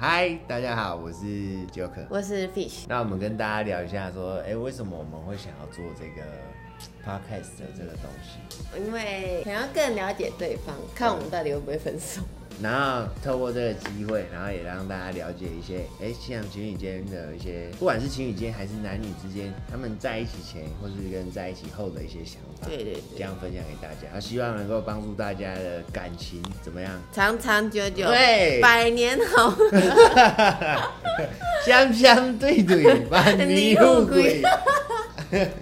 嗨，大家好，我是 Joker。我是 Fish，那我们跟大家聊一下，说，哎、为什么我们会想要做这个 podcast 的这个东西？因为想要更了解对方，看我们到底会不会分手。然后透过这个机会，然后也让大家了解一些，哎、像情侣间的一些，不管是情侣间还是男女之间，他们在一起前或是跟在一起后的一些想法，对对这对，样分享给大家，啊希望能够帮助大家的感情怎么样？长长久久，对百年好合。相相对对，万里无 你归。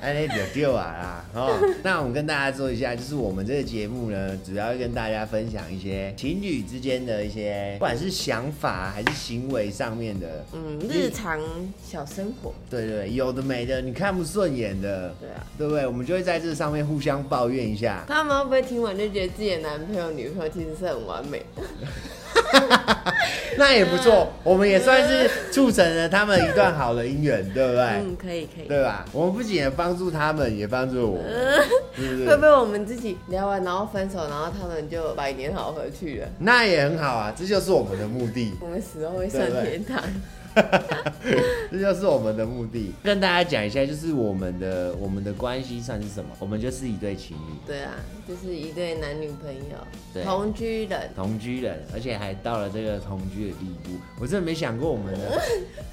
哎，那就对啊啦，哦，那我们跟大家说一下，就是我们这个节目呢，主要跟大家分享一些情侣之间的一些，不管是想法还是行为上面的，嗯，日常小生活，对对对，有的没的，你看不顺眼的，对啊。对不对？我们就会在这上面互相抱怨一 下。他们会不会听完就觉得自己的男朋友、女朋友其实是很完美？那也不错，我们也算是促成了他们一段好的姻缘，对不对？嗯，可以可以。对吧？我们不仅也帮助他们，也帮助我们，呃是不会是不？会我们自己聊完然后分手，然后他们就百年好合去了？那也很好啊，这就是我们的目 的，我们死后会上对不对天堂。这就是我们的目的。跟大家讲一下，就是我们的我们的关系算是什么？我们就是一对情侣，对啊，就是一对男女朋对友，同居人。同居人，而且还到了这个同居的地步。我真的没想过我们 的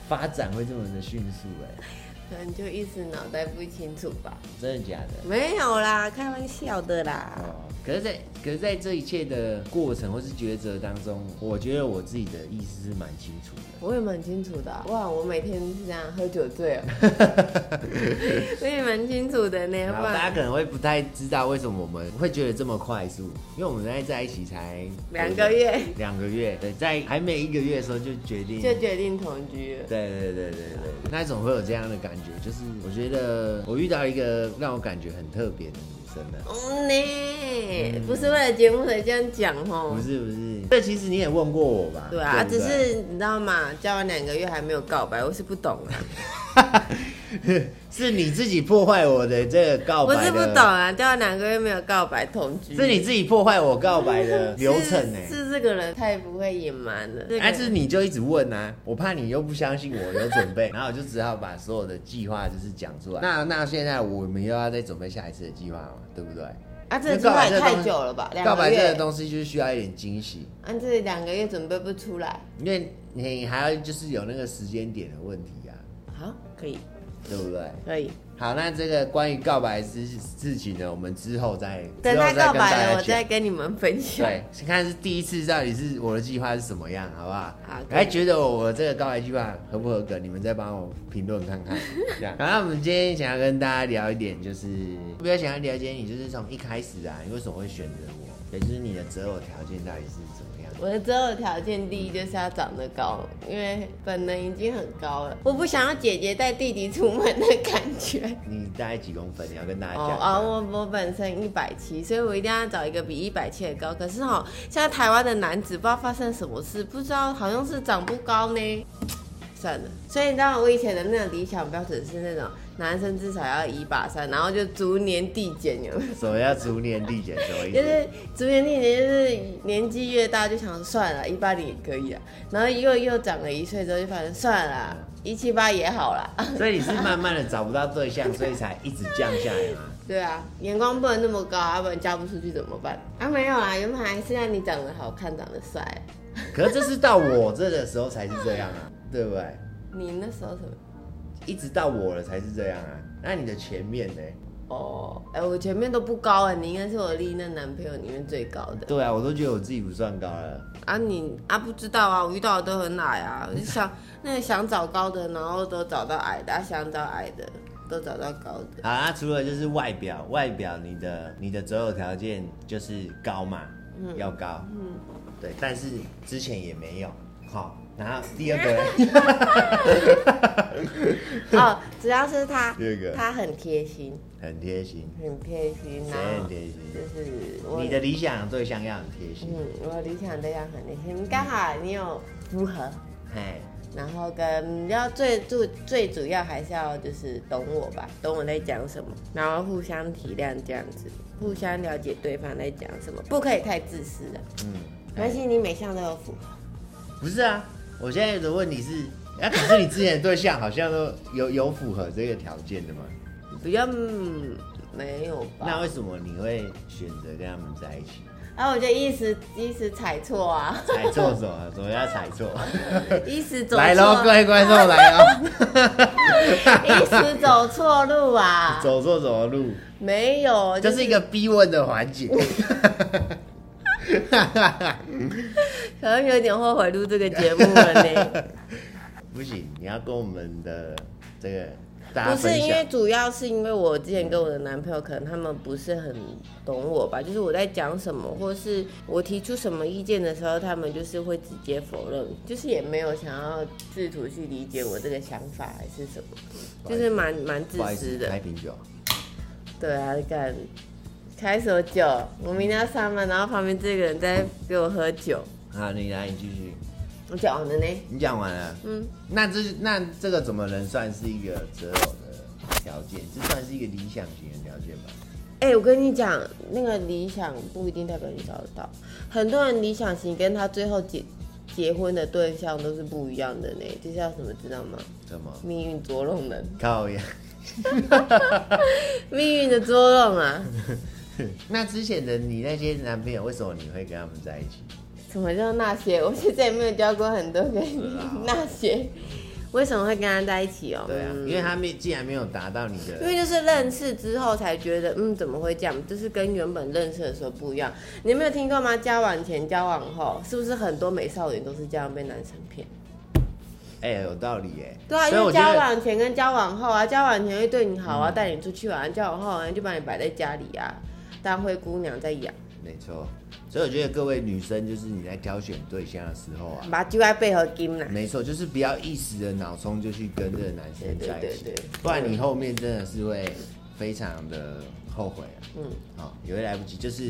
发展会这么的迅速、哎，可能就一时脑袋不清楚吧，真的假的？没有啦，开玩笑的啦。哦，可是在，可是，在这一切的过程或是抉择当中，我觉得我自己的意思是蛮清楚的。我也蛮清楚的啊、哇，我每天是这样喝酒醉 哦，我也蛮清楚的呢，然后不大家然可能会不太知道为什么我们会觉得这么快速，因为我们现在在一起才两个，月两个月，对，在还没一个月的时候就决定，就对决定同居了。对对对对对，那总会有这样的感觉，就是我觉得我遇到一个让我感觉很特别的女生呢。哦呢，不是为了节目才这样讲哦嗯不。是不是，这其实你也问过我吧？对啊，不只是你知道吗？交往两个月还没有告白，我是不懂啊，是你自己破坏我的这个告我白是的，不懂啊，交往两个月没有告白同居，是你自己破坏我告白的流程呢、是是这个人太不会隐瞒了，这个但是你啊就一直问啊，我怕你又不相信我有准备， 然后我就只好把所有的计划就是讲出来。那那现在我们又要再准备下一次的计划嘛，对不对？啊，这个计划也太久了吧？两告个白这个月，东西就是需要一点惊喜，啊，这两个月准备不出来。因为你还要就是有那个时间点的问题啊，好，可以，对不对？可以。好，那这个关于告白之事情呢，我们之后再等之后他再跟告白大了，家我再讲。跟你们分享。 对，先看是第一次到底是我的计划是什么样，好不好？好可以哎，觉得我这个告白计划合不合格？你们再帮我评论看 看。这样，好，那我们今天想要跟大家聊一点，就是比较想要了解你，就是从一开始啊，你为什么会选择我？也就是你的择偶条件到底是怎么样？我的择偶条件第一就是要长得高，因为本人已经很高了，我不想要姐姐带弟弟出门的感觉。你大概几公分？你要跟大家哦讲一下。啊，我我本身一百七，所以我一定要找一个比一百七的高。可是哦，现在台湾的男子不知道发生什么事，不知道好像是长不高呢。算了，所以你知道我以前的那种理想标准是那种男生至少要一把三，然后就逐年递减，有没有？什么叫逐年递减？什么意 就思？是逐年递减，就是年纪越大就想算了，一八零也可以啊，然后又又长了一岁之后就发现算了啦，一七八也好啦。 所以你是慢慢的找不到对象，所以才一直降下来吗？对啊，眼光不能那么高，啊要不然嫁不出去怎么办？啊，没有啦，原本还是让你长得好看，长得帅。可是这是到我这的时候才是这样啊，对不对？你那时候什么？一直到我了才是这样啊。那你的前面呢？哦，哎、我前面都不高啊，你应该是我历任男朋友里面最高的对啊，我都觉得我自己不算高了。啊你。啊，不知道啊，我遇到的都很矮啊，我就想那个想找高的，然后都找到矮的，啊、想找矮的都找到高的。好啊，除了就是外表，外表你的你的择偶条件就是高嘛，要高，嗯，对，但是之前也没有。好，然后第二 个， 哦，主要是他第二个，他很贴心，很贴心，很贴心，谁然后很贴心？就是我你的理想对象要很贴心嗯，，我理想对象很内心，刚好你有符合，哎、然后跟要最最最主要还是要就是懂我吧，懂我在讲什么，然后互相体谅这样子，互相了解对方在讲什么，不可以太自私了。嗯，而且你每项都有符合，不是啊，我现在的问题是，那、可是你之前的对象好像都有有符合这个条件的吗？比较、嗯、没有那吧？为什么你会选择跟他们在一起？啊，我就一时一时踩错啊， 踩错什么？什么叫踩错？一时走错啊来喽，各位观众来 喽，一时走错路啊，走错什么路？没有，这就是一个逼问的环节。可能有点后悔录这个节目了呢。不行，你要跟我们的这个 大家不分是因为享。主要是因为我之前跟我的男朋友，可能他们不是很懂我吧，就是我在讲什么，或是我提出什么意见的时候，他们就是会直接否认，就是也没有想要试图去理解我这个想法还是什么，就是蛮蛮自不好意私思，的开。瓶酒。对啊，干开什么酒？我明天要上班，然后旁边这个人在给我喝酒，好，你来，你继续。我哦讲了呢。你讲完了。嗯，那这那这个怎么能算是一个择偶的条件？这算是一个理想型的条件吧？哎、我跟你讲，那个理想不一定代表你找得到，很多人理想型跟他最后结结婚的对象都是不一样的呢，这叫什么知道吗？怎么？命运捉弄人， 靠呀！命运的捉弄啊！那之前的你那些男朋友，为什么你会跟他们在一起？什么叫那些？我现在也没有交过很多个那些，为什么会跟他在一起哦？啊对啊，嗯因为他没既然没有达到你因的，为就是认识之后才觉得，嗯，怎么会这样？就是跟原本认识的时候不一样。你有没有听过吗？交往前、交往后，是不是很多美少女都是这样被男生骗？哎、有道理哎、对啊，因所以我为觉交得嗯往前跟交往后啊，交往前会对你好啊，带、你出去玩；交往后啊，就把你摆在家里啊，当灰姑娘在养，没错，所以我觉得各位女生就是你在挑选对象的时候啊，把就爱背后 金啦。没错，就是不要一时的脑冲就去跟这个男对生对在一对起，对，不然你后面真的是会非常的后悔啊，嗯，哦，也会来不及，就是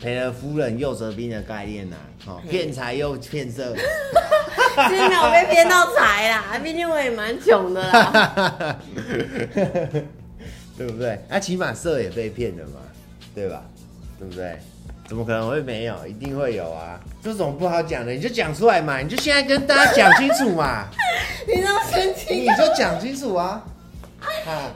赔了夫人又折兵的概念呐、啊，哦，骗财又骗色，其实没有被骗到财啦，毕竟我也蛮穷的 啦。对不对？那、起码色也被骗了嘛，对吧？对不对？怎么可能会没有？一定会有啊！这种不好讲的，你就讲出来嘛，你就现在跟大家讲清楚 嘛，你那么生气，你就讲清楚啊！啊，哎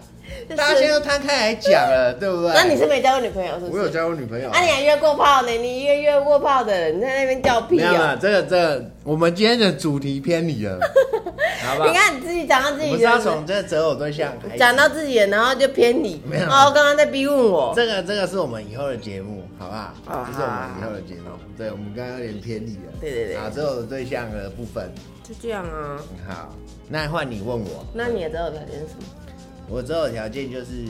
这大家现在都是摊开来讲了，对不对？那你是没交过女朋友是不我是有？交过女朋友啊、啊，你还约过炮呢？你约约过炮的人，你在那边叫屁没有啊、了，这个这个，我们今天的主题偏离 了，好不好你？看你自己讲到自我己们是要的，从这个择偶对象开始讲到自己的，然后就偏离。没有哦，刚刚在逼问我。这个这个是我们以后的节目，好不好？哦这是我们以后的节目。对，我们刚刚有点偏离了。对对对啊，择偶对象的部分，就这样啊。好，那换你问我，那你的择偶条件是什么？我择偶条件就是，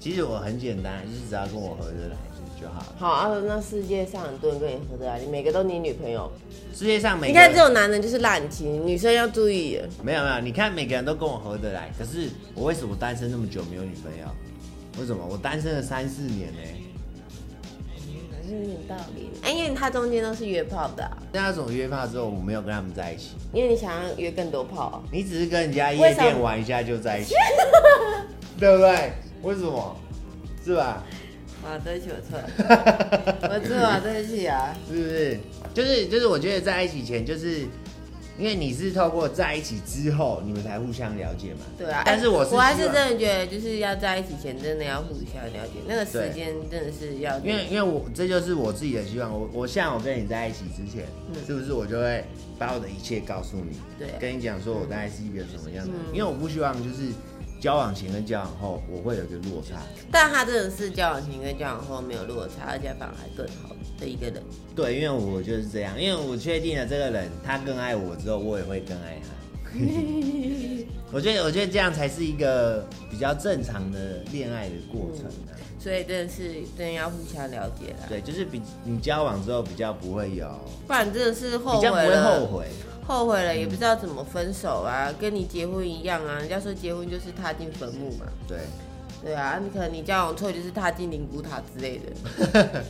其实我很简单，就是只要跟我合得来就就好了。好啊，那世界上很多人跟你合得啊来，你每个都你女朋友。世界上每你个看这种男人就是滥情，女生要注意了。没有没有，你看每个人都跟我合得来，可是我为什么单身那么久没有女朋友？为什么我单身了三四年呢、还是有点道理。哎、因为他中间都是约炮的啊、那种约炮之后，我没有跟他们在一起，因为你想要约更多炮、啊。你只是跟人家为夜什店么玩一下就在一起， 对不对？为什么？是吧？啊，对不起，我错了， 我错了，对不起啊。 是不是？就是就是，我觉得在一起前，就是因为你是透过在一起之后，你们才互相了解嘛。对啊，但是我是我还是希望真的觉得，就是要在一起前，真的要互相了解，那个时对间真的是要。因为因为我这就是我自己的希望。我我像我跟你在一起之前，是不是我就会把我的一切告诉你，嗯对嗯跟你讲说我大概是一个什么样的人，因为我不希望就是交往前跟交往后我会有一个落差。但他真的是交往前跟交往后没有落差，而且反而还更好的一个人。对，因为我就是这样，因为我确定了这个人他更爱我之后，我也会更爱他。 我觉得，我觉得这样才是一个比较正常的恋爱的过程、啊所以真的是真的要互相了解啦，对，就是比你交往之后比较不会有，不然真的是后比悔较不会了，后悔。后悔了也嗯不知道怎么分手啊，跟你结婚一样啊，人家说结婚就是踏进坟墓嘛，对， 对啊，你可能你交往错就是踏进灵骨塔之类的，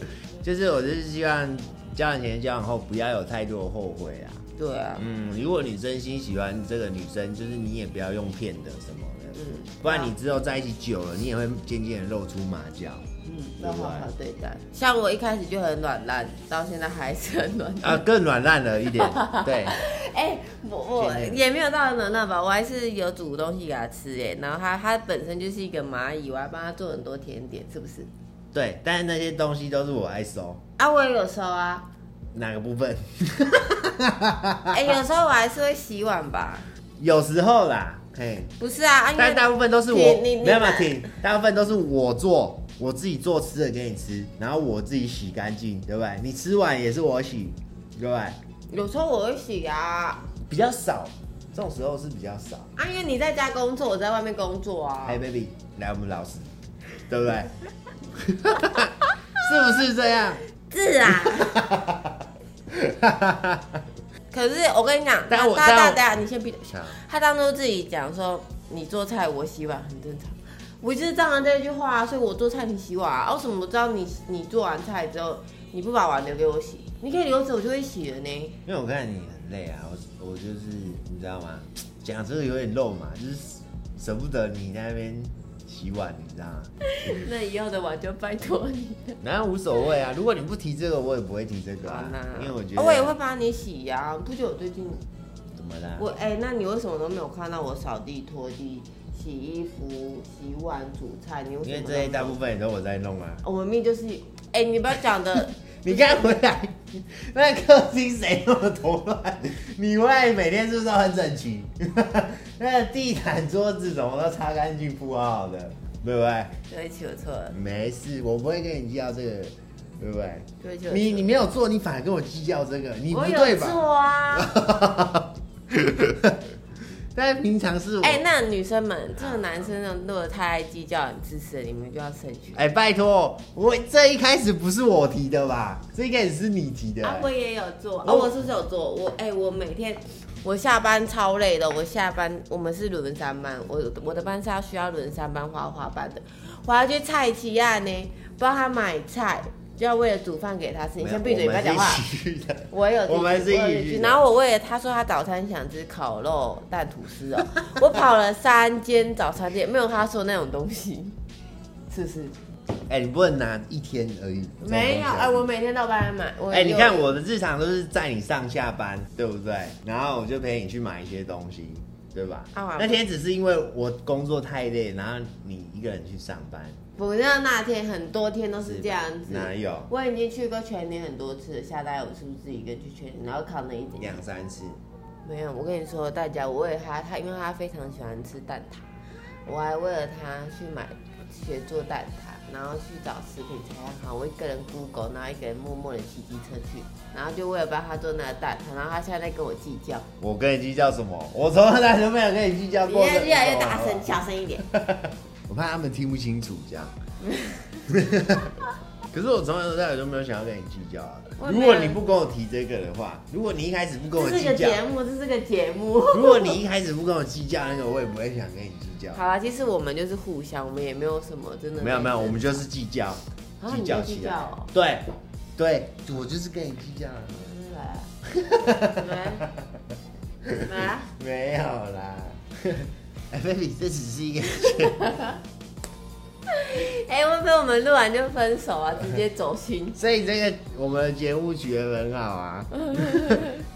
就是我就是希望交往前、交往后不要有太多的后悔啊。对啊，嗯，如果你真心喜欢这个女生，就是你也不要用骗的什么的，嗯，不然你之后在一起久了，你也会渐渐地露出马脚。嗯，要好好对待。像我一开始就很软烂，到现在还是很软烂。啊，更软烂了一点，对， 哎、我我尽量也没有到很软烂吧，我还是有煮东西给他吃哎、然后他他本身就是一个蚂蚁，我还帮他做很多甜点，是不是？对，但是那些东西都是我爱收，啊，我也有 收啊，哪个部分？哎、有时候我还是会洗碗吧。有时候啦，嘿，不是啊，啊因但为大部分都是我你你你没有嘛买停，大部分都是我做，我自己做吃的给你吃，然后我自己洗干净，对不对？你吃完也是我洗，对不对？有时候我会洗啊，比较少，这种时候是比较少。啊，因为你在家工作，我在外面工作啊。哎、b a b y 来我们老师，对不对？ 是不是这样？ 是啊， 可是我跟你讲，但我大家但大我家等下你先闭嘴。好他当初自己讲说，你做菜我洗碗很正常。我就是当然这句话、啊，所以我做菜你洗碗啊。啊为什么我知道你你做完菜之后，你不把碗留给我洗？你可以留着，我就会洗了呢。因为我看你很累啊，我我就是你知道吗？讲这个有点肉嘛，就是舍不得你在那边洗碗，你知道 吗？ 那以后的碗就拜托你了。那无所谓啊，如果你不提这个，我也不会提这个啊，因为我觉得、啊我也会帮你洗呀、不就我最近怎么啦？我哎、那你为什么都没有看到我扫地、拖地、洗衣服、洗碗、煮菜？你为什因么为都这没有些大部分也都我在弄啊。我们命就是，哎、你不要讲的，你看回来，那客厅谁那么头乱？ 你回来每天是不是都很整齐？ 那个地毯、桌子什么都擦干净、铺好好的，对不对？ 对不起，我错了，没事，我不会跟你计较这个，对不对？对不起，我错了你你没有做，你反而跟我计较这个，你不我对有吧？错啊。 但是平常是我，哎、那女生们，这个男生呢，如果太爱计较、很自私，你们就要慎选。哎、拜托，我这一开始不是我提的吧？这一开始是你提的、哎啊，我也有做，我哦，我是不是有做？我哎、我每天我下班超累的，我下班我们是轮三班，我我的班是要需要轮三班滑滑班的，我要去菜奇亚呢帮他买菜，就要为了煮饭给他吃。你先闭嘴，不要讲话。我们是一起去的我有去我们是一起去的我有去然后我为了他说他早餐想吃烤肉蛋吐司哦，我跑了三间早餐店，没有他说那种东西，是不是？哎、你不能拿一天而已。没有，哎、我每天都帮他买。我哎、你看有我的日常都是在你上下班，对不对？然后我就陪你去买一些东西，对吧？啊那天只是因为我工作太累，然后你一个人去上班，不是那天很多天都是这样子，哪有我已经去过全年很多次了，下大雨我是不是自己一个人去全年，然后扛了一点？两三次，没有，我跟你说，大家，我为了他，他因为他非常喜欢吃蛋挞，我还为了他去买学做蛋挞，然后去找食品材料行，我一个人 Google，然后一个人默默的骑机车去，然后就为了帮他做那个蛋挞，然后他现在在跟我计较，我跟你计较什么？我从来都没有跟你计较你过。现在越来越大声，小声一点。 我怕他们听不清楚 这样。可是我从头到尾都没有想要跟你计较啊我。也如没有果你不跟我提这个的话，如果你一开始不跟我这计是个较，节目， 这是个节目。如果你一开始不跟我计较那个，我也不会想跟你计较。好啦，其实我们就是互相，我们也没有什么真的。没有没有，我们就是计较，啊计较你就起计较来哦。对，对，我就是跟你计较了。来啊，怎么了怎 么了没有啦， 哎，baby，这只是一个圈哎、会不会我们录完就分手啊？直接走心？所以这个我们的节目取得很好啊。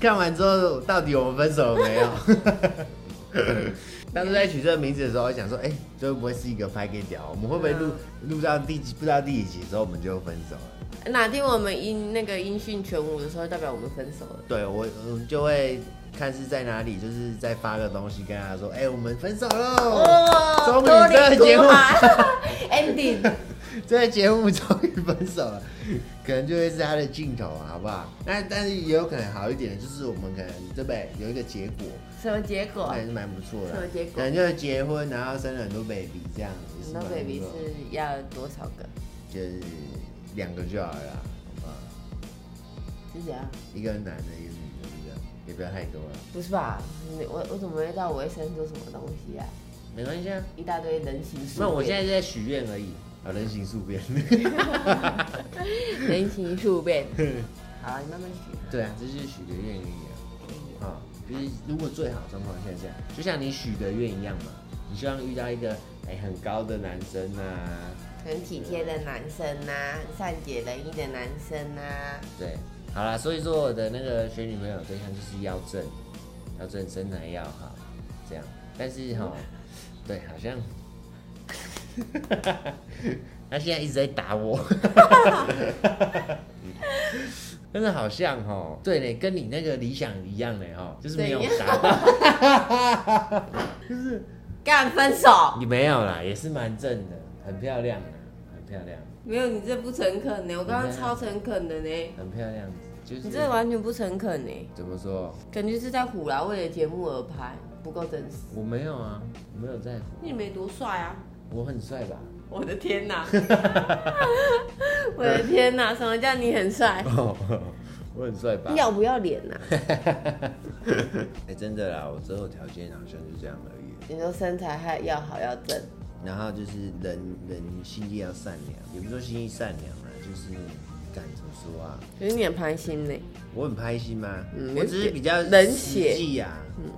看完之后，到底我们分手了没有？当初在取这个名字的时候，我想说，哎、这会不会是一个拍给屌？我们会不会录录到第几不知道第几集的时候我们就分手了？哪天我们音那个音讯全无的时候，代表我们分手了。对我，我就会看是在哪里，就是再发个东西跟他说，哎、我们分手哦喽。终于玻璃这个节目哭啊 ending，这个节目终于分手了，可能就会是他的尽头啊，好不好？那但是也有可能好一点的，就是我们可能对不对有一个结果，什么结那果还？是蛮不错的。什么结果可能就是结婚，然后生了很多 baby 这样子。那 baby 是啊要多少个？就是两个就好了啦，好不好？是这样？一个男的，一个女的，这样也不要太多了，不是吧？你我我怎么会知道我会生出什么东西啊？没关系啊。一大堆人形数。那我现在就在许愿而已，啊，人形宿便。 在 人形数变。好，你慢慢学。对啊，这就是许的愿而已啊。啊、就是如果最好的状况下是这样，就像你许的愿一样嘛，你希望遇到一个哎、很高的男生啊，很体贴的男生呐、很善解人意的男生呐、啊对，好啦，所以说我的那个选女朋友对象就是要正，要正身材要好，这样。但是哈，对，好像他现在一直在打我，但是好像哈，对嘞，跟你那个理想一样嘞哈，就是没有怎达到， 干分手？你没有啦，也是蛮正的，很漂亮的，很漂亮，没有，你这不诚恳呢，我刚刚超诚恳的啊呢，很漂亮，就是你这完全不诚恳呢，怎么说？感觉是在唬啦，为了节目而拍，不够真实。我没有啊，我没有在乎，你没多帅啊！我很帅吧？我的天 哪！我的天哪！什么叫你很帅？哦， 我很帅吧？要不要脸啊呐、哎、真的啦，我之后条件好像就这样而已。你说身材还要好要正，然后就是人人心地要善良，也不是说心地善良啦，就是敢怎么说啊？可是你很贪心欸呢，我很拍心吗？嗯我只是比较冷血嗯实际呀、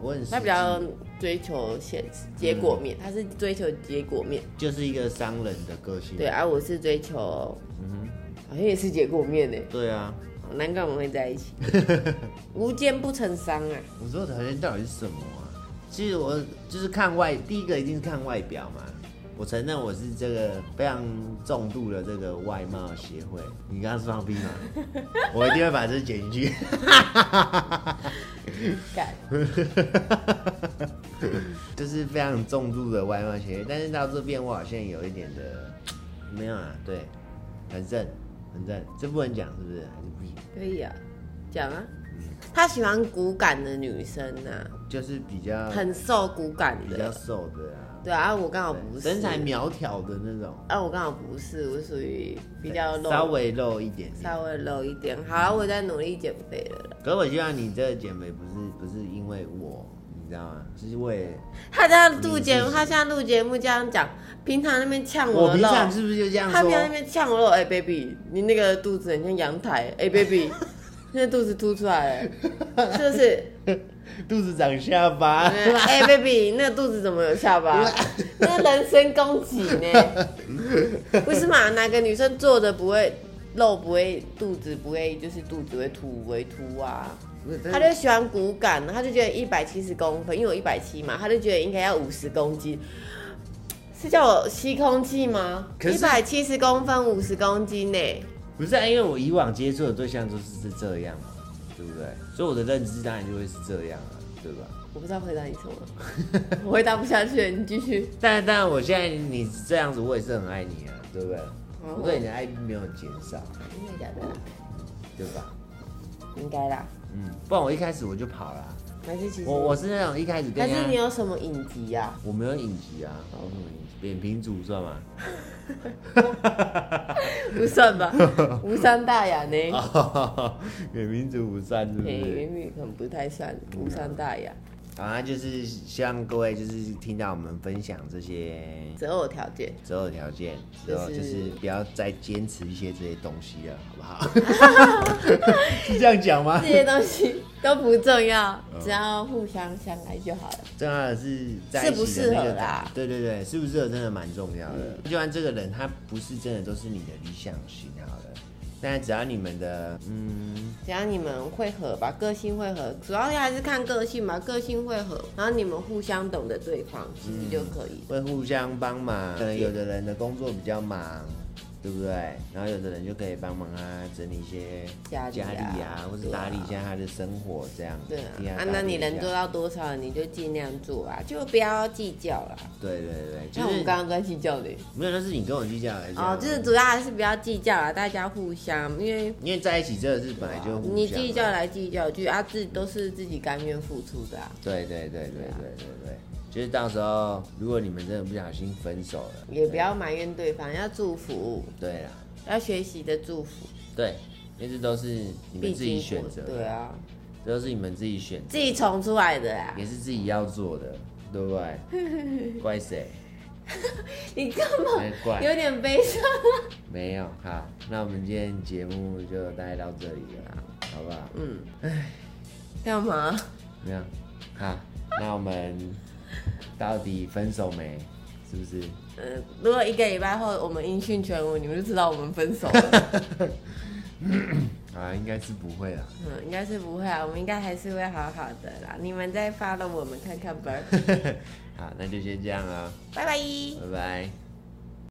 我很实际他比较追求现实结果面，他是追求结果面。就是一个商人的个性。嗯对，啊，我是追求，好像也是结果面呢，对啊，好难怪我们会在 一起，无奸不成商啊。我说的条件到底是什么啊？其实我就是看外，第一个一定是看外表嘛。我承认我是这个非常重度的这个外貌协会。你刚刚是放屁 吗？我一定会把这剪进去。干就是非常重度的外貌协会，但是到这边我好像有一点的没有啊，对，很正，很正，这不能讲是不是？还是不行？可以啊，讲啊。嗯他喜欢骨感的女生呐、就是比较啊，很瘦骨感嗯比较的。瘦的啊，对啊，我刚好对不是身材苗条的那种，啊，我刚好不是，我属于比较肉，稍微肉一点点。稍微肉一点。好啊，我在努力减肥了啦。可是我希望你这个减肥不是不是因为我，你知道吗？是为了他这样录节目，他现在录节目这样讲，平常那边呛我的平肉，常是不是就这样他平常那说？边呛我肉，哎、b a b y 你那个肚子很像阳台，哎、b a b y 那个肚子凸出来了，是不是？肚子长下巴， 哎、b a b y 那个肚子怎么有下巴？那人身攻击呢？不是嘛？哪个女生做的不会肉不会肚子不会就是肚子会凸不会凸啊？不是他就喜欢骨感，他就觉得一百七十公分，因为我一百七嘛，他就觉得应该要五十公斤。是叫我吸空气吗？可一是百七十公分，五十公斤呢、 不是、啊，因为我以往接触的对象都是是这样嘛，对不对？所以我的认知当然就会是这样啊，对吧？我不知道回答你什么，我回答不下去了，你继续。但但我现在你这样子，我也是很爱你啊，对不对？哦我对你的爱没有减少，真的假的？对吧？应该啦。嗯，不然我一开始我就跑了啊、还是其实我我是那种一开始跟还是人你家，有什么隐疾呀、我没有隐疾啊，我没有隐疾扁平足算吗？ 不算吧， 无伤大雅呢。 扁平足不算是不哎，是？原语可能不太算，无伤大雅，好啊，就是希望各位就是听到我们分享这些择偶条件。择偶条件之后，就是就是不要再坚持一些这些东西了，好不好？ 是这样讲吗这？些东西都不重 要，只要互相相爱就好了。重要的是在一适不起的适那合个啦感，对对对，适不适合真的蛮重要的。就算这个人他不是真的都是你的理想型好了，但只要你们的嗯，只要你们会合吧，个性会合，主要还是看个性吧，个性会合，然后你们互相懂得对方，其实就可以。会互相帮忙，可能有的人的工作比较忙。对不对？然后有的人就可以帮忙他整理一些家里啊里啊，或者对啊打理一下他的生活这样。对啊替他，打啊，那理你一能下做到多少，你就尽量做啊，就不要计较啦。对对对，就像我是们刚刚在计较的，没有，那是你跟我计较而已。哦，就是主要还是不要计较啦，大家互相，因为因为在一起真的是本来就互相你计较。来计较去啊，自己都是自己甘愿付出的啊，对对对对对对对，就是到时候如果你们真的不小心分手了，也不要埋怨对方，要祝福，对啦，要学习的祝福，对，因为这都是你们自己选择，对，啊，这都是你们自己选自择，己宠出来的啊，也是自己要做的，对不对？怪谁？你干嘛没怪有点悲伤？啊没有。好，那我们今天节目就大概到这里了，好不好？嗯，干嘛？怎么样？好，那我们到底分手没？是不是？嗯，如果一个礼拜后我们音讯全无，你们就知道我们分手了。 啊，应该是不会啦。 嗯，应该是不会啊，我们应该还是会好好的啦。你们再发了我们看看吧，好，那就先这样啊，拜拜。拜拜。